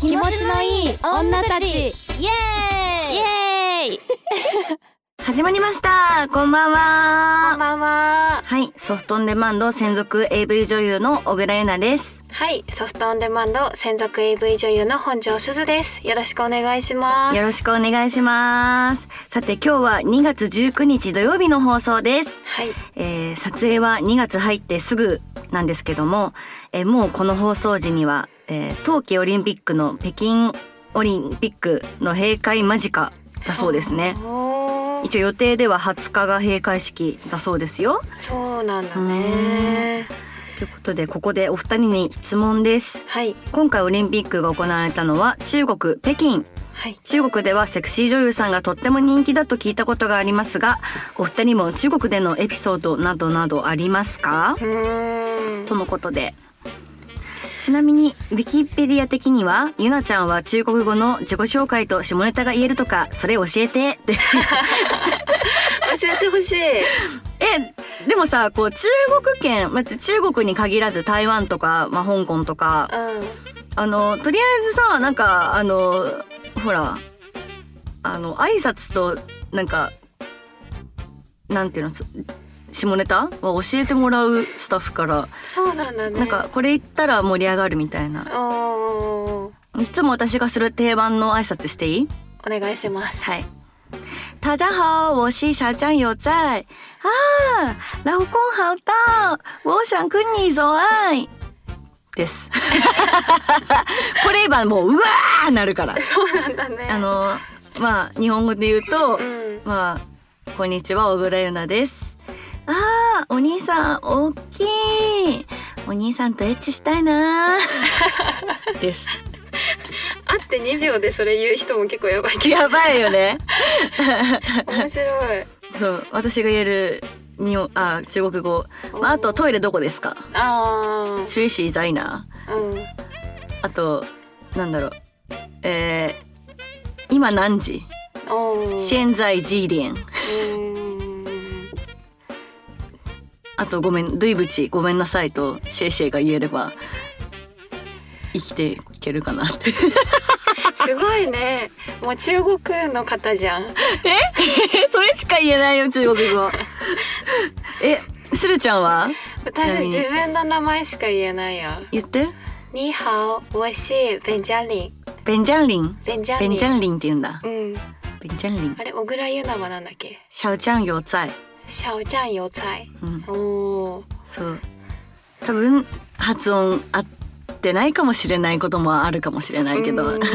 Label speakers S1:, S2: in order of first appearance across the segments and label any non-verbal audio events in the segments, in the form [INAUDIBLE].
S1: 気持ちのいい女たちイエーイ
S2: イエーイ
S3: 始まりましたこんばんは
S2: こんばんは
S3: はい、ソフトオンデマンド専属 AV 女優の小倉優奈です。
S2: はいソフトオンデマンド専属 AV 女優の本庄すずですよろしくお願いします
S3: よろしくお願いします。さて今日は2月19日土曜日の放送です。
S2: はい
S3: えー撮影は2月入ってすぐなんですけども、えーもうこの放送時には、えー冬季オリンピックの北京オリンピックの閉会間近だそうですね。
S2: おー
S3: 一応予定では20日が閉会式だそうですよ。
S2: そうなんだね
S3: ということでここでお二人に質問です。
S2: はい
S3: 今回オリンピックが行われたのは中国北京
S2: はい
S3: 中国ではセクシー女優さんがとっても人気だと聞いたことがありますがお二人も中国でのエピソードなどなどありますか
S2: うーん
S3: とのことでちなみにウィキペディア的にはゆなちゃんは中国語の自己紹介と下ネタが言えるとかそれ教えて [LAUGHS] って
S2: 教えてほしい
S3: えでもさこう中国圏、まあ、中国に限らず台湾とか、まあ、香港とか
S2: う
S3: あのとりあえずさなんかあのほらあの挨拶となんかなんていうのす下ネタは教えてもらうスタッフから、
S2: んそうなんだね
S3: なんかこれ言ったら盛り上がるみたいな
S2: おー
S3: いつも私がする定番の挨拶していい
S2: お願いします
S3: はい。大家好，我是小张有在啊，老公好大，我想跟你做愛 [LAUGHS] です。これ今もううわーなるから。
S2: そうなんだね
S3: あのまあ日本語で言うと
S2: う、ん
S3: まあこんにちは小倉優奈です。あーお兄さん大きい。お兄さんとエッチしたいなー [LAUGHS] です。
S2: 会って2秒でそれ言う人も結構
S3: [LAUGHS]
S2: やばいけど
S3: やばいよね。
S2: 面白い
S3: そう私が言える日本あ中国語、まあ、あとトイレどこですか
S2: あ
S3: 注意しザイナ
S2: あうん
S3: ーあとなんだろうえー、今何時
S2: おー
S3: 現在几点
S2: うーん
S3: あとごめんドゥイブチごめんなさいとシェイシェイが言えれば生きていけるかなって
S2: すごいねもう中国の方じゃん
S3: [LAUGHS] それしか言えないよ中国語 [LAUGHS] えスルちゃんはちな
S2: 私
S3: みに
S2: 自分の名前しか言えないよ
S3: 言って
S2: 你好我是ベンジャリン
S3: ベンジャンリン
S2: ベンジャ
S3: ベ
S2: リン
S3: ンジャンリンって言うんだ
S2: うん
S3: ベンジャンリン
S2: あれ小倉優奈はなんだっけ
S3: シャオちゃんよ在
S2: シャオちゃんよ才
S3: うん
S2: おー
S3: そう多分発音合ってないかもしれないこともあるかもしれないけど、
S2: うん難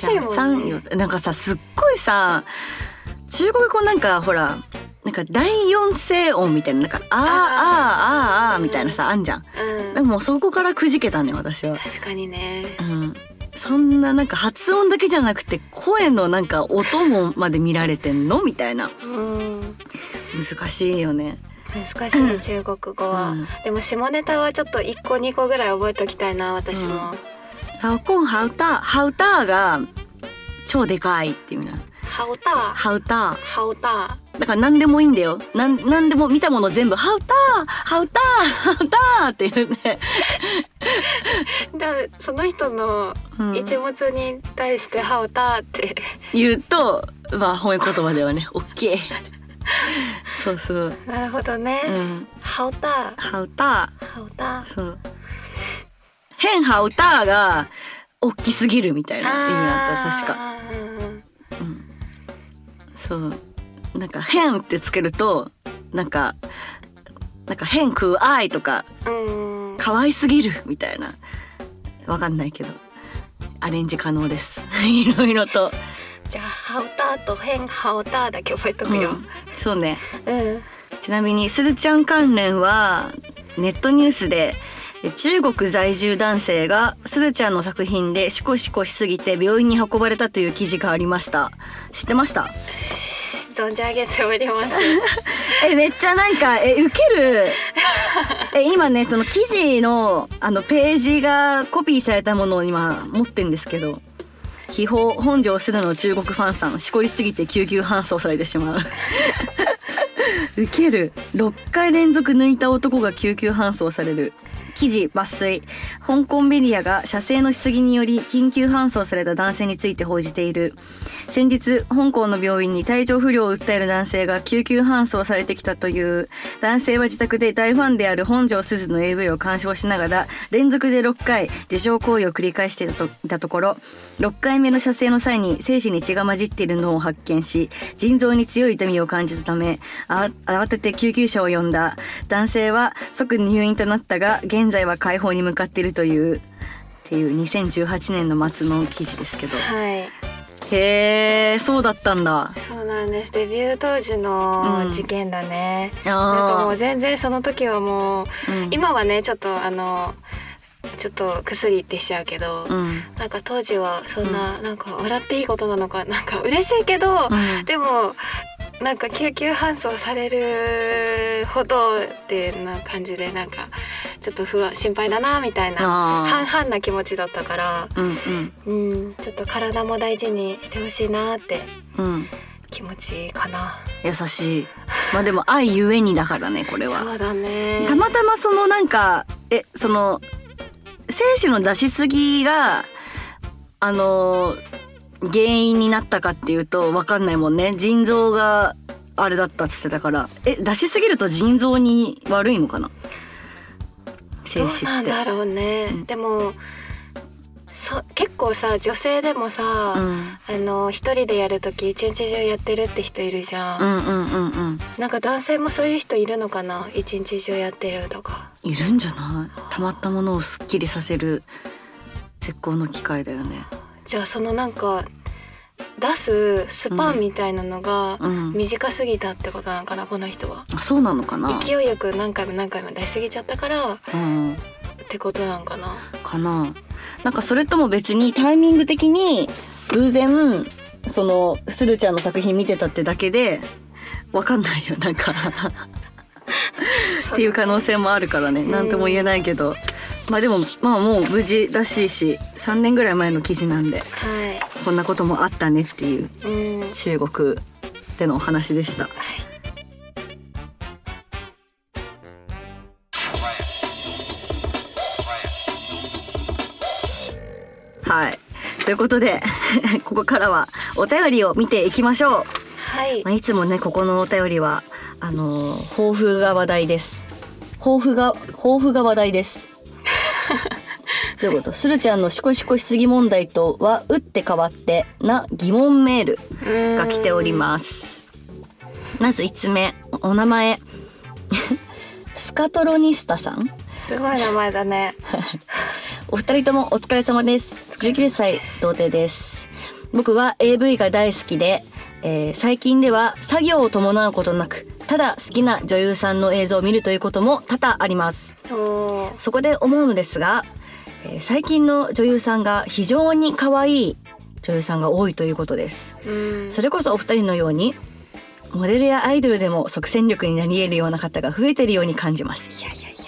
S2: しいも
S3: さ
S2: んね
S3: よなんかさすっごいさ中国語なんかほらなんか第四声音みたいななんか「あーあーあーあー」みたいなさあんじゃん。
S2: うん
S3: なんかもうそこからくじけたね私は。
S2: 確かにね
S3: うんそんななんか発音だけじゃなくて声のなんか音もまで見られてんのみたいな
S2: うん
S3: 難しいよね。
S2: 難しいね中国語は、
S3: うん
S2: でも下ネタはちょっと1個2個ぐらい覚えておきたいな私も、
S3: ラオコンハウターハウターが超でかいっていうな
S2: ハオター
S3: ハウタ
S2: ハオタ
S3: ーだから何でもいいんだよなん何でも見たもの全部ハウターハウターハウターっていうね、
S2: ーだその人の
S3: うん
S2: 一物に対してハオターって [LAUGHS]
S3: 言うとまあ褒め言葉ではねオッケーそうそう、
S2: なるほどね、
S3: うん、
S2: ハオタ
S3: ハウタ
S2: ーハオタ
S3: ーそう変ハウターが大きすぎるみたい
S2: ー
S3: な意味だった確か
S2: あー
S3: そうなんか変ってつけるとなんかなんか変くあいとか
S2: うん
S3: 可愛すぎるみたいなわかんないけどアレンジ可能です [LAUGHS] いろいろと、
S2: じゃあハオターと変ハオターだけ覚えと
S3: う
S2: くよ
S3: ん、そうね
S2: うん、
S3: ちなみにすずちゃん関連はネットニュースでえ中国在住男性がすずちゃんの作品でシコシコしすぎて病院に運ばれたという記事がありました知ってました
S2: 存じ上げております
S3: えめっちゃなんかえウケるえ今ねその記事のあのページがコピーされたものを今持ってんですけど秘宝本庄するの中国ファンさんしこりすぎて救急搬送されてしまうウケる6回連続抜いた男が救急搬送される記事抜粋香港メディアが射精のしすぎにより緊急搬送された男性について報じている先日香港の病院に体調不良を訴える男性が救急搬送されてきたという男性は自宅で大ファンである本庄すずの AV を鑑賞しながら連続で6回自傷行為を繰り返していたといたところ6回目の射精の際に精子に血が混じっているのを発見し腎臓に強い痛みを感じたためあ慌てて救急車を呼んだ男性は即入院となったが現在は解放に向かっているというっていう2018年の末の記事ですけど
S2: はい
S3: へえそうだったんだ
S2: そうなんですデビュー当時
S3: うん
S2: の事件だね、
S3: あー
S2: なんかもう全然その時はもう、
S3: うん
S2: 今はねちょっとあのちょっと薬ってしちゃうけど、
S3: うん
S2: なんか当時はそんな、なんか笑っていいことなのかなんか嬉しいけど、
S3: うん
S2: でもなんか救急搬送されるほどってな感じでなんかちょっと不安心配だなみたいな半
S3: あ
S2: 々な気持ちだったから、
S3: ーうん
S2: うん、ちょっと体も大事にしてほしいなって
S3: うんうん
S2: 気持ちかな。
S3: 優しいまあでも愛ゆえにだからねこれは
S2: そうだね。
S3: たまたまそのなんかえその精子の出しすぎがあの原因になったかっていうと分かんないもんね腎臓があれだったっつってたからえ出しすぎると腎臓に悪いのかな
S2: ど
S3: 精
S2: う
S3: 子
S2: な
S3: っ
S2: ん
S3: て
S2: だろうね。
S3: うん
S2: でもそ結構さ女性でもさ、
S3: うん
S2: あの一人でやるとき一日中やってるって人いるじゃん、
S3: うんうんうんうん
S2: なんか男性もそういう人いるのかな一日中やってるとか
S3: いるんじゃない溜まったものをすっきりさせる絶好の機会だよね
S2: じゃあそのなんか出すスパンみたいなのが
S3: うん
S2: 短すぎたってことなのかなこの人は
S3: あそうなのかな
S2: 勢いよく何回も何回も出しすぎちゃったからっ
S3: うん
S2: てことなのかな
S3: かななんかそれとも別にタイミング的に偶然そのスルちゃんの作品見てたってだけでわかんないよなんかっていう可能性もあるからね何とも言えないけど、まあでもまあもう無事らしいし3年ぐらい前の記事なんで
S2: はい
S3: こんなこともあったねっていう
S2: うんはい
S3: 中国でのお話でした。はい。ということで、 [LAUGHS] ここからはお便りを見ていきましょう。
S2: はい
S3: まあ、いつもね、ここのお便りは、あのー抱負が話題です。抱負が、抱負が話題です。どういうことするちゃんのシコシコしすぎ問題とは打って変わってな疑問メールが来ております。まず1つ目、お名前。スカトロニスタさん
S2: すすごい名前だね
S3: お二人ともお疲れ様です。19歳童貞です。僕は AV が大好きで、えー最近では作業を伴うことなく、ただ好きな女優さんの映像を見るということも多々あります。
S2: おー
S3: そこで思うのですが、えー最近の女優さんが非常に可愛い女優さんが多いということです。
S2: うん
S3: それこそお二人のようにモデルやアイドルでも即戦力になり得るような方が増えてるように感じますいやいやいや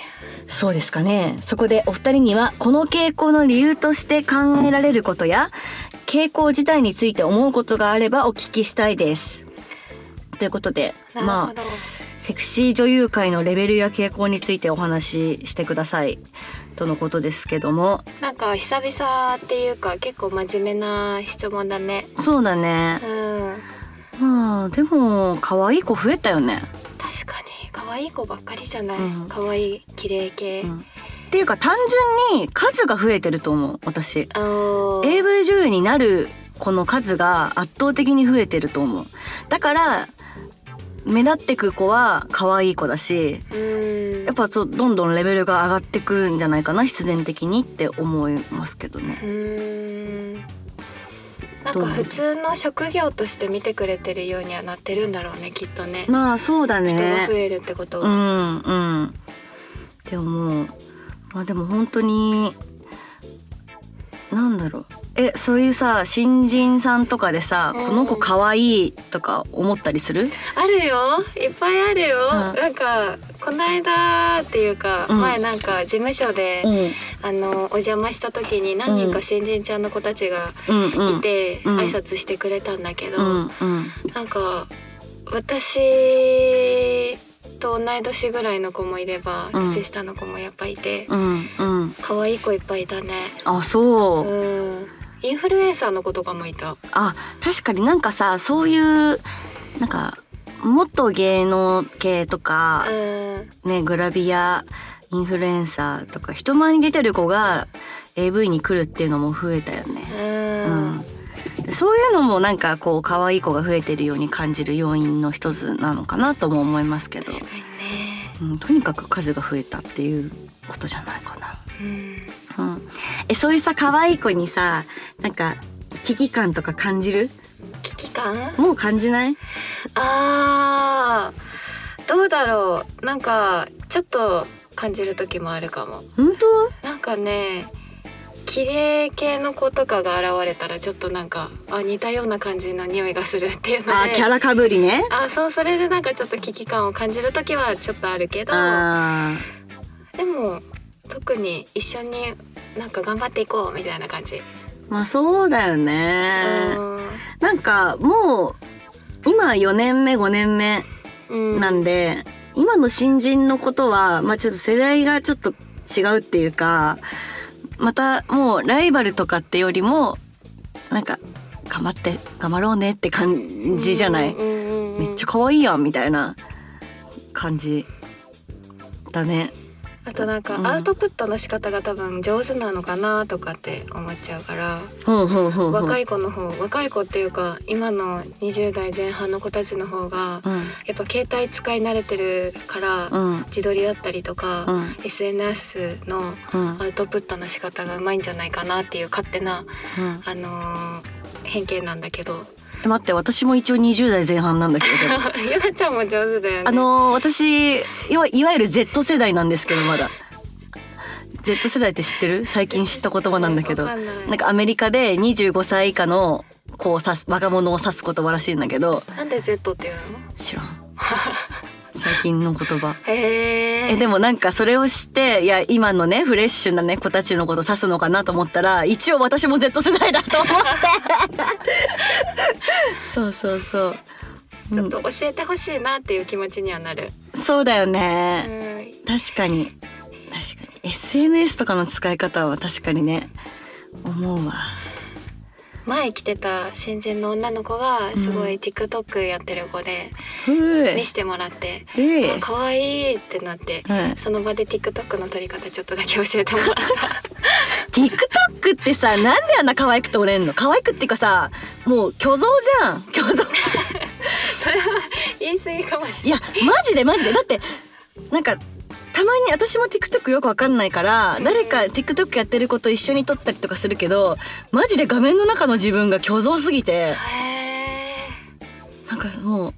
S3: そうですかねそこでお二人にはこの傾向の理由として考えられることや傾向自体について思うことがあればお聞きしたいですということで
S2: なるほど、
S3: まあセクシー女優界のレベルや傾向についてお話ししてくださいとのことですけども
S2: なんか久々っていうか結構真面目な質問だね。
S3: そうだね
S2: うん。
S3: まあでも可愛い子増えたよね
S2: 確かに可愛い子ばっかりじゃない。
S3: うん
S2: 可愛い綺麗系。
S3: うんっていうか単純に数が増えてると思う私
S2: あのー
S3: AV 女優になるこの数が圧倒的に増えてると思うだから目立ってく子は可愛い子だし
S2: うん。
S3: やっぱそうどんどんレベルが上がってくんじゃないかな必然的にって思いますけどね
S2: うーん。なんか普通の職業として見てくれてるようにはなってるんだろうねきっとね。
S3: まあそうだ
S2: 人が増
S3: ね
S2: えるってこと
S3: う
S2: は。
S3: んうんって思うまあでも本当になんだろうえそういうさ新人さんとかでさ、
S2: うん
S3: この子可愛いとか思ったりする
S2: あるよ。いっぱいあるよ。
S3: うん
S2: なんかこの間っていうか、
S3: うん
S2: 前なんか事務所で、
S3: ん
S2: あのお邪魔した時に何人か新人ちゃんの子たちが
S3: うんうん
S2: いて
S3: うん
S2: 挨拶してくれたんだけど、
S3: うんうん
S2: なんか私と同い年ぐらいの子もいれ
S3: う
S2: ば、
S3: ん
S2: 年下の子もやっぱいて、
S3: うんうん
S2: 可愛い子いっぱいいたね
S3: あそうう、
S2: んインフルエンサーの子とかもいた
S3: あ確かになんかさそういうなんか元芸能系とか
S2: う、ん
S3: ねグラビアインフルエンサーとか人前に出てる子が AV に来るっていうのも増えたよね。
S2: うん
S3: うん、そういうのもなんかこう可愛い子が増えてるように感じる要因の一つなのかなとも思いますけど
S2: 確、かにね
S3: うん、とにかく数が増えたっていうことじゃないかな。
S2: うん
S3: うん、えそういうさ可愛い子にさなんか危機感とか感じる
S2: 危機感
S3: もう感じない
S2: あーどうだろうなんかちょっと感じる時もあるかも
S3: 本当
S2: なんかね綺麗系の子とかが現れたらちょっとなんかあ似たような感じの匂いがするっていうので
S3: あキャラかぶりね。
S2: あそうそれでなんかちょっと危機感を感じる時はちょっとあるけど
S3: あー
S2: でも特に一緒になんか頑張っていこうみたいな感じ、
S3: まあそうだよ
S2: う
S3: ね。
S2: ん
S3: なんかもう今4年目5年目
S2: うん
S3: なんで、今の新人のことは、まあ、ちょっと世代がちょっと違うっていうかまたもうライバルとかってよりもなんか頑張って頑張ろうねって感じじゃない、
S2: うんうんうん
S3: めっちゃ可愛いやんみたいな感じだね。
S2: あとなん
S3: うん
S2: かアウトプットの仕方が多分上手なのかなとかって思っちゃうから
S3: ほうほうほうほう
S2: 若い子の方若い子っていうか今の20代前半の子たちの方が
S3: うん
S2: やっぱ携帯使い慣れてるから
S3: うん
S2: 自撮りだったりと
S3: う
S2: か
S3: ん
S2: SNS の
S3: うん
S2: アウトプットの仕方がうまいんじゃないかなっていう勝手な
S3: うん
S2: あのー偏見なんだけど [LAUGHS]
S3: え待って私も一応20代前半なんだけど。
S2: ゆなちゃんも上
S3: [LAUGHS]
S2: 手だよね
S3: あのー私いわいわゆる Z 世代なんですけどまだ Z 世代って知ってる最近知った言葉なんだけど
S2: わか
S3: なん
S2: ない
S3: んかアメリカで25歳以下の子を指す若者を指す言葉らしいんだけど
S2: なんで Z っていうの
S3: 知らん [LAUGHS] 最近の言葉
S2: へえ
S3: えでもなんかそれを知っていや今のねフレッシュなね子たちのこと指すのかなと思ったら一応私も Z 世代だと思ってそうそうそう
S2: ちょっと教えてほしいなっていう気持ちにはなる、
S3: そうだよね、
S2: うん
S3: 確かに確かに SNS とかの使い方は確かにね思うわ
S2: 前来てた新人の女の子がすごい TikTok やってる子で
S3: ふ
S2: 見
S3: う
S2: してもらって
S3: ふう
S2: 「あ可愛いってなって
S3: うん
S2: その場で TikTok の撮り方ちょっとだけ教えてもらった
S3: TikTok ってさなんであんな可愛く撮れんの可愛くっていうかさもう虚像じゃん虚像
S2: 言い過ぎかもし
S3: い
S2: れ
S3: や
S2: ない
S3: マジでマジでだってなんかたまに私も TikTok よくわかんないから誰か TikTok やってる子と一緒に撮ったりとかするけどマジで画面の中の自分が虚像すぎて
S2: へ
S3: なんかもう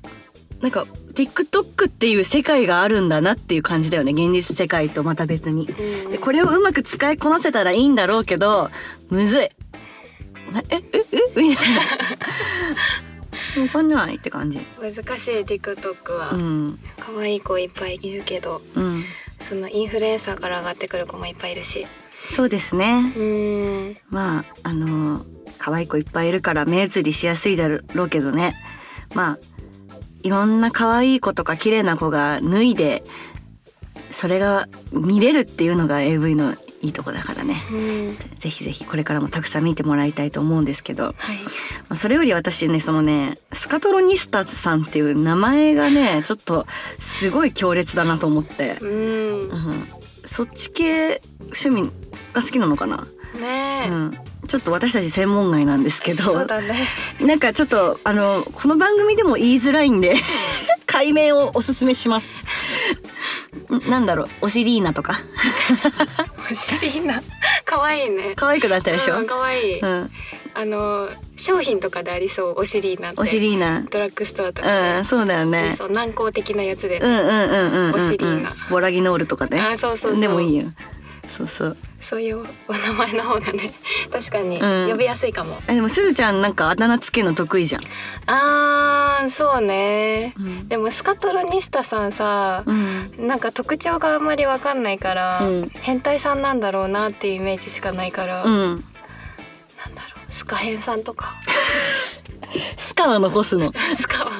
S3: なんか TikTok っていう世界があるんだなっていう感じだよね現実世界とまた別に。
S2: ーうん
S3: でこれをうまく使いこなせたらいいんだろうけどむずい。なえええみたいな。わかんないって感じ。
S2: 難しい TikTok
S3: う
S2: は
S3: ん
S2: 可愛い子いっぱいいるけど
S3: うん。
S2: そのインフルエンサーから上がってくる子もいっぱいいるし
S3: そうですね
S2: う。ーん
S3: まああの可愛い子いっぱいいるから目移りしやすいだろうけどね。まあいろんな可愛い子とか綺麗な子が脱いでそれが見れるっていうのが AV のいいとこだからね。
S2: うん
S3: ぜひぜひこれからもたくさん見てもらいたいと思うんですけど、
S2: はい
S3: まあ、それより私ねそのねスカトロニスタさんっていう名前がねちょっとすごい強烈だなと思って、
S2: うん
S3: う
S2: ね
S3: ん、そっち系趣味が好きなのかな、
S2: え、
S3: うん、ちょっと私たち専門外なんですけど
S2: そうだね
S3: なんかちょっとあのこの番組でも言いづらいん
S2: [LAUGHS]
S3: で解明をおすすめします。んなんだろうオシリーナとか
S2: お尻な可愛いね
S3: 可愛くなったでしょ、
S2: うん可愛い
S3: うん、
S2: あの商品とかでありそうお尻なんて
S3: オシリーナ
S2: ドラッグストアとか
S3: うん、そうだよ
S2: で、
S3: ね。
S2: そう軟膏的なやつで、
S3: うんうんうんうんうん、うん。
S2: お尻が
S3: ボラギノールとか
S2: あ
S3: ね。
S2: ーそうそうそう
S3: でもいいよ。そうそう。
S2: そういうお名前の方がね [LAUGHS] 確かに
S3: うん
S2: 呼びやすいかも、
S3: えでもすずちゃんなんかあだ名つけるの得意じゃん。
S2: あーそうね
S3: うん
S2: でもスカトロニスタさんさ、
S3: うん。
S2: なんか特徴があんまりわかんないから、
S3: うん
S2: 変態さんなんだろうなっていうイメージしかないから、なんだ
S3: うん。
S2: ろうスカヘンさんとか [LAUGHS]
S3: スカは残すの。
S2: スカは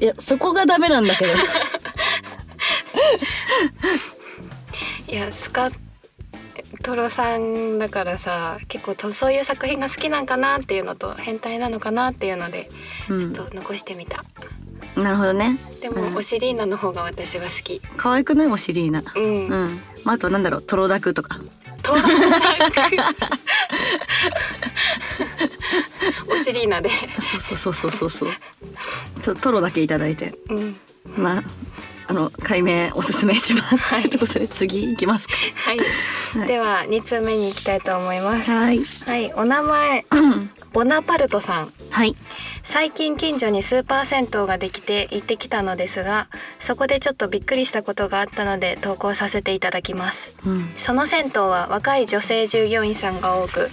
S2: い [LAUGHS]
S3: やそこがダメなんだけど。
S2: いやスカトロさんだからさ結構とそういう作品が好きなんかなっていうのと変態なのかなっていうので
S3: うん
S2: ちょっと残してみた、
S3: なるほどね
S2: で
S3: うん
S2: もオシリーナの方が私は好き
S3: 可愛くないお尻な
S2: う
S3: う
S2: ん、うん、
S3: ん、まあ、あとなんだろうトロダクとか
S2: と [LAUGHS] オシリーナで
S3: そうそうそうそうそうそうちょっとトロだけいただいて
S2: うん
S3: まああの解明おすすめします、
S2: はい
S3: ということで次行きますか
S2: はい、
S3: はい
S2: では2通目に行きたいと思います
S3: はい
S2: はいお名前ボナパルトさん
S3: はい
S2: 最近近所にスーパー銭湯ができて行ってきたのですがそこでちょっとびっくりしたことがあったので投稿させていただきます
S3: うん
S2: その銭湯は若い女性従業員さんが多く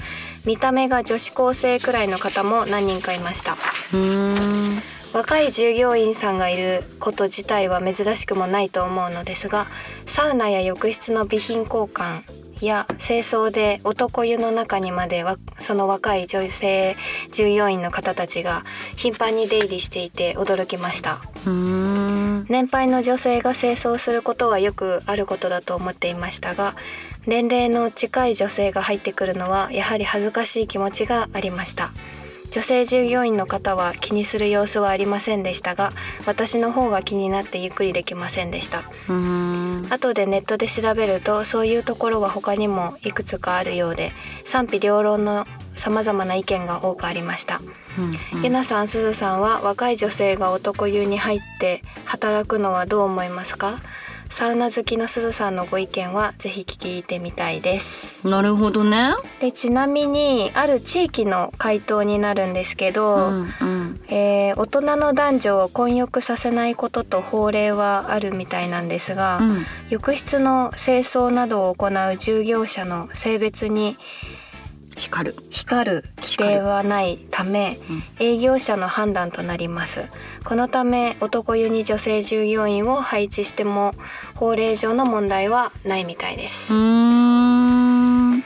S2: 見た目が女子高生くらいの方も何人かいました
S3: うーん
S2: 若い従業員さんがいること自体は珍しくもないと思うのですがサウナや浴室の備品交換や清掃で男湯の中にまでわその若い女性従業員の方たちが頻繁に出入りしていて驚きました
S3: うーん
S2: 年配の女性が清掃することはよくあることだと思っていましたが年齢の近い女性が入ってくるのはやはり恥ずかしい気持ちがありました女性従業員の方は気にする様子はありませんでしたが私の方が気になってゆっくりできませんでした
S3: うーん
S2: 後でネットで調べるとそういうところは他にもいくつかあるようで賛否両論の様々な意見が多くありました
S3: うん
S2: ゆなさんすずさんは若い女性が男湯に入って働くのはどう思いますかサウナ好きのすずさんのご意見はぜひ聞いてみたいです
S3: なるほどね
S2: でちなみにある地域の回答になるんですけど、
S3: んうん
S2: えー大人の男女を混浴させないことと法令はあるみたいなんですが、
S3: うん
S2: 浴室の清掃などを行う従業者の性別に
S3: 光る
S2: 光る規定はないため、
S3: うん
S2: 営業者の判断となりますこのため男湯に女性従業員を配置しても法令上の問題はないみたいで
S3: う
S2: す、
S3: ーん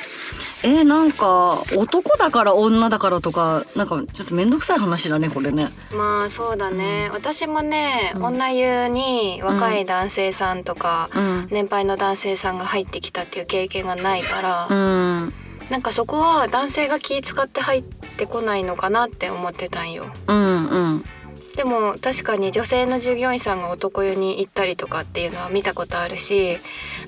S3: えー、なんか男だから女だからとかなんかちょっと面倒くさい話だねこれね
S2: まあそうだね、私もね、
S3: うん
S2: 女湯に若い男性さんとか、
S3: うん
S2: 年配の男性さんが入ってきたっていう経験がないから、
S3: うん
S2: なんかそこは男性が気使って入ってこないのかなって思ってたんよ
S3: うんうん
S2: でも確かに女性の従業員さんが男湯に行ったりとかっていうのは見たことあるし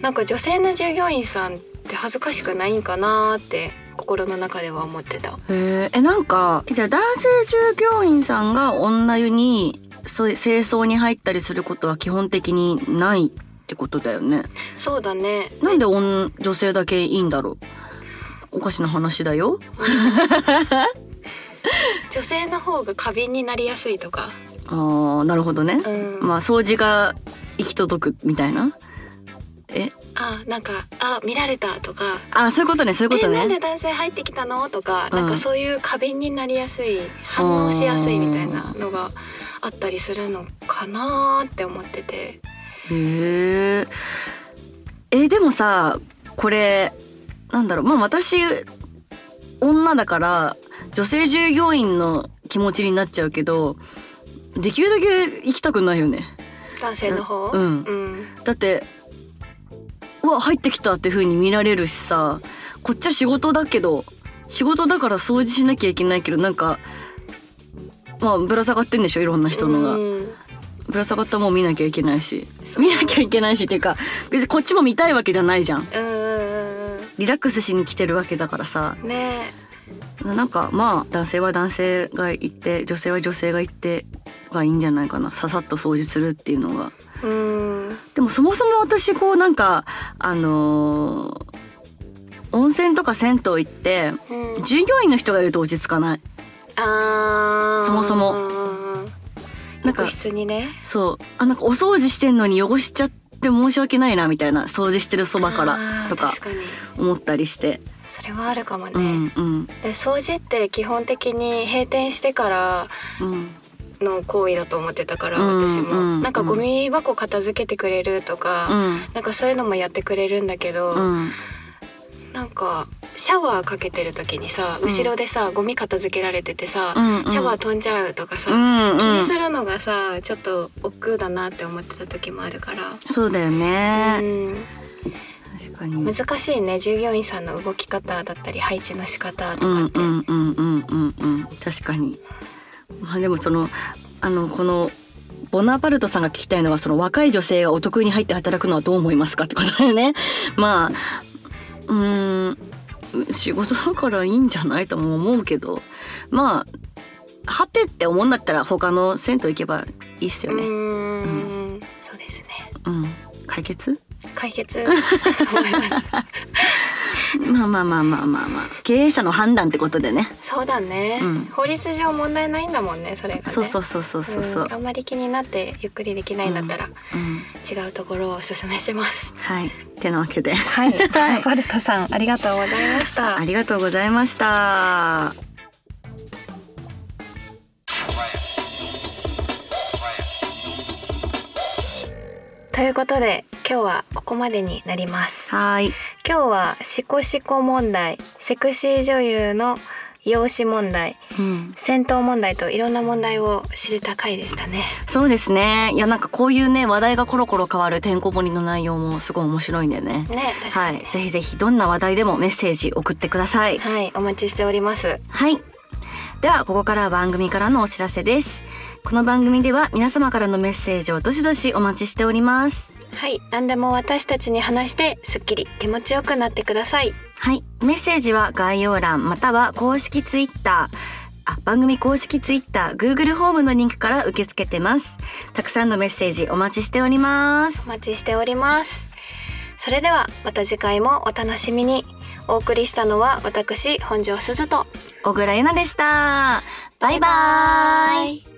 S2: なんか女性の従業員さんって恥ずかしくないんかなーって心の中では思ってた。
S3: へーえなんかじゃあ男性従業員さんが女湯にそういう清掃に入ったりすることは基本的にないってことだよね
S2: そうだね
S3: なんで女女性だけいいんだろうおかしな話だよ
S2: 女性の方が過敏になりやすいとか、
S3: あーなるほどね
S2: うん、
S3: まあ掃除が行き届くみたいなえ
S2: あなんかあ見られたとか。
S3: あそういうことねそういう
S2: え
S3: ことね
S2: なんで男性入ってきたのとか、
S3: うん
S2: なんかそういう過敏になりやすい反応しやすいみたいなのがあったりするのかなーって思ってて
S3: へえ。えでもさこれなんだろうまあ私女だから女性従業員の気持ちになっちゃうけどできるだけ行きたくないよね
S2: 男性の方、
S3: うん
S2: うん、
S3: だってうわ入ってきたって風に見られるしさこっちは仕事だけど仕事だから掃除しなきゃいけないけどなんかまあぶら下がってんでしょいろんな人のが。
S2: うん
S3: ぶら下がったもん見なきゃいけないし
S2: そう
S3: 見なきゃいけないしっていうか別にこっちも見たいわけじゃないじゃん
S2: うんうんうん
S3: リラックスしに来てるわけだからさ
S2: うんね
S3: なんかまあ男性は男性が行って女性は女性が行ってがいいんじゃないかなささっと掃除するっていうのが
S2: えうん
S3: でもそもそも私こうなんかあのー温泉とか銭湯行って
S2: うん
S3: 従業員の人がいると落ち着かない
S2: あー
S3: そもそも
S2: うんうんうん
S3: なんか
S2: 浴室にね
S3: そうあなんかお掃除してんのに汚しちゃって申し訳ないなみたいな掃除してるそばから
S2: あー
S3: とか
S2: 確かに
S3: 思ったりして
S2: それはあるかもね、
S3: うんうん
S2: で掃除って基本的に閉店してから
S3: うん
S2: の行為だと思ってたから
S3: うん
S2: 私も、
S3: うん
S2: なんかゴミ箱片付けてくれるとか、
S3: うん
S2: なんかそういうのもやってくれるんだけど、
S3: うん
S2: なんかシャワーかけてる時にさ
S3: うん
S2: 後ろでさ、ゴミ片付けられててさ、
S3: うんうん
S2: シャワー飛んじゃうとかさ、
S3: うんうん
S2: 気にするのがさちょっと億劫だなって思ってた時もあるから、
S3: そうだよね、
S2: う
S3: 確かに
S2: ん、難しいね従業員さんの動き方だったり配置の仕方と
S3: うんう
S2: か
S3: ん
S2: って、
S3: うんうんうんうん確かにまあでもそのあのこのボナパルトさんが聞きたいのはその若い女性がお得意に入って働くのはどう思いますかってことだよね [LAUGHS] まあうーん仕事だからいいんじゃないとも思うけどまあはてって思うんだったら他の銭湯行けばいいっすよ
S2: う
S3: ね
S2: んそうですね
S3: うん、解決
S2: 解決したいと思い
S3: [LAUGHS]
S2: ます
S3: まあまあまあまあまあまあ経営者の判断ってことでね
S2: そうだね、
S3: うん
S2: 法律上問題ないんだもんねそれがね
S3: そうそうそうそうそうそう
S2: うんあんまり気になってゆっくりできないんだったら、
S3: うん
S2: 違うところをおすすめ
S3: [LAUGHS]
S2: します
S3: はいてなわけで
S2: はい、バルトさんありがとうございました
S3: [LAUGHS] ありがとうございました。
S2: ということで今日はここまでになります
S3: はい。
S2: 今日はシコシコ問題セクシー女優の容姿問題
S3: うん、
S2: 戦闘問題といろんな問題を知れた回でしたね
S3: そうですね。いやなんかこういうね話題がコロコロ変わるてんこ盛りの内容もすごい面白いんでね。
S2: ね確か
S3: は
S2: に
S3: い
S2: ね、。
S3: ぜひぜひどんな話題でもメッセージ送ってください。
S2: はい、お待ちしております
S3: はい。ではここからは番組からのお知らせです。この番組では皆様からのメッセージをどしどしお待ちしております。
S2: はい何でも私たちに話してすっきり気持ちよくなってください
S3: はい。メッセージは概要欄または公式ツイッター。あ番組公式ツイッター Google ホームのリンクから受け付けてます。たくさんのメッセージお待ちしております。
S2: お待ちしておりますそれではまた次回もお楽しみにお送りしたのは私本庄すずと
S3: 小倉優奈でした。バイバイ。
S2: イ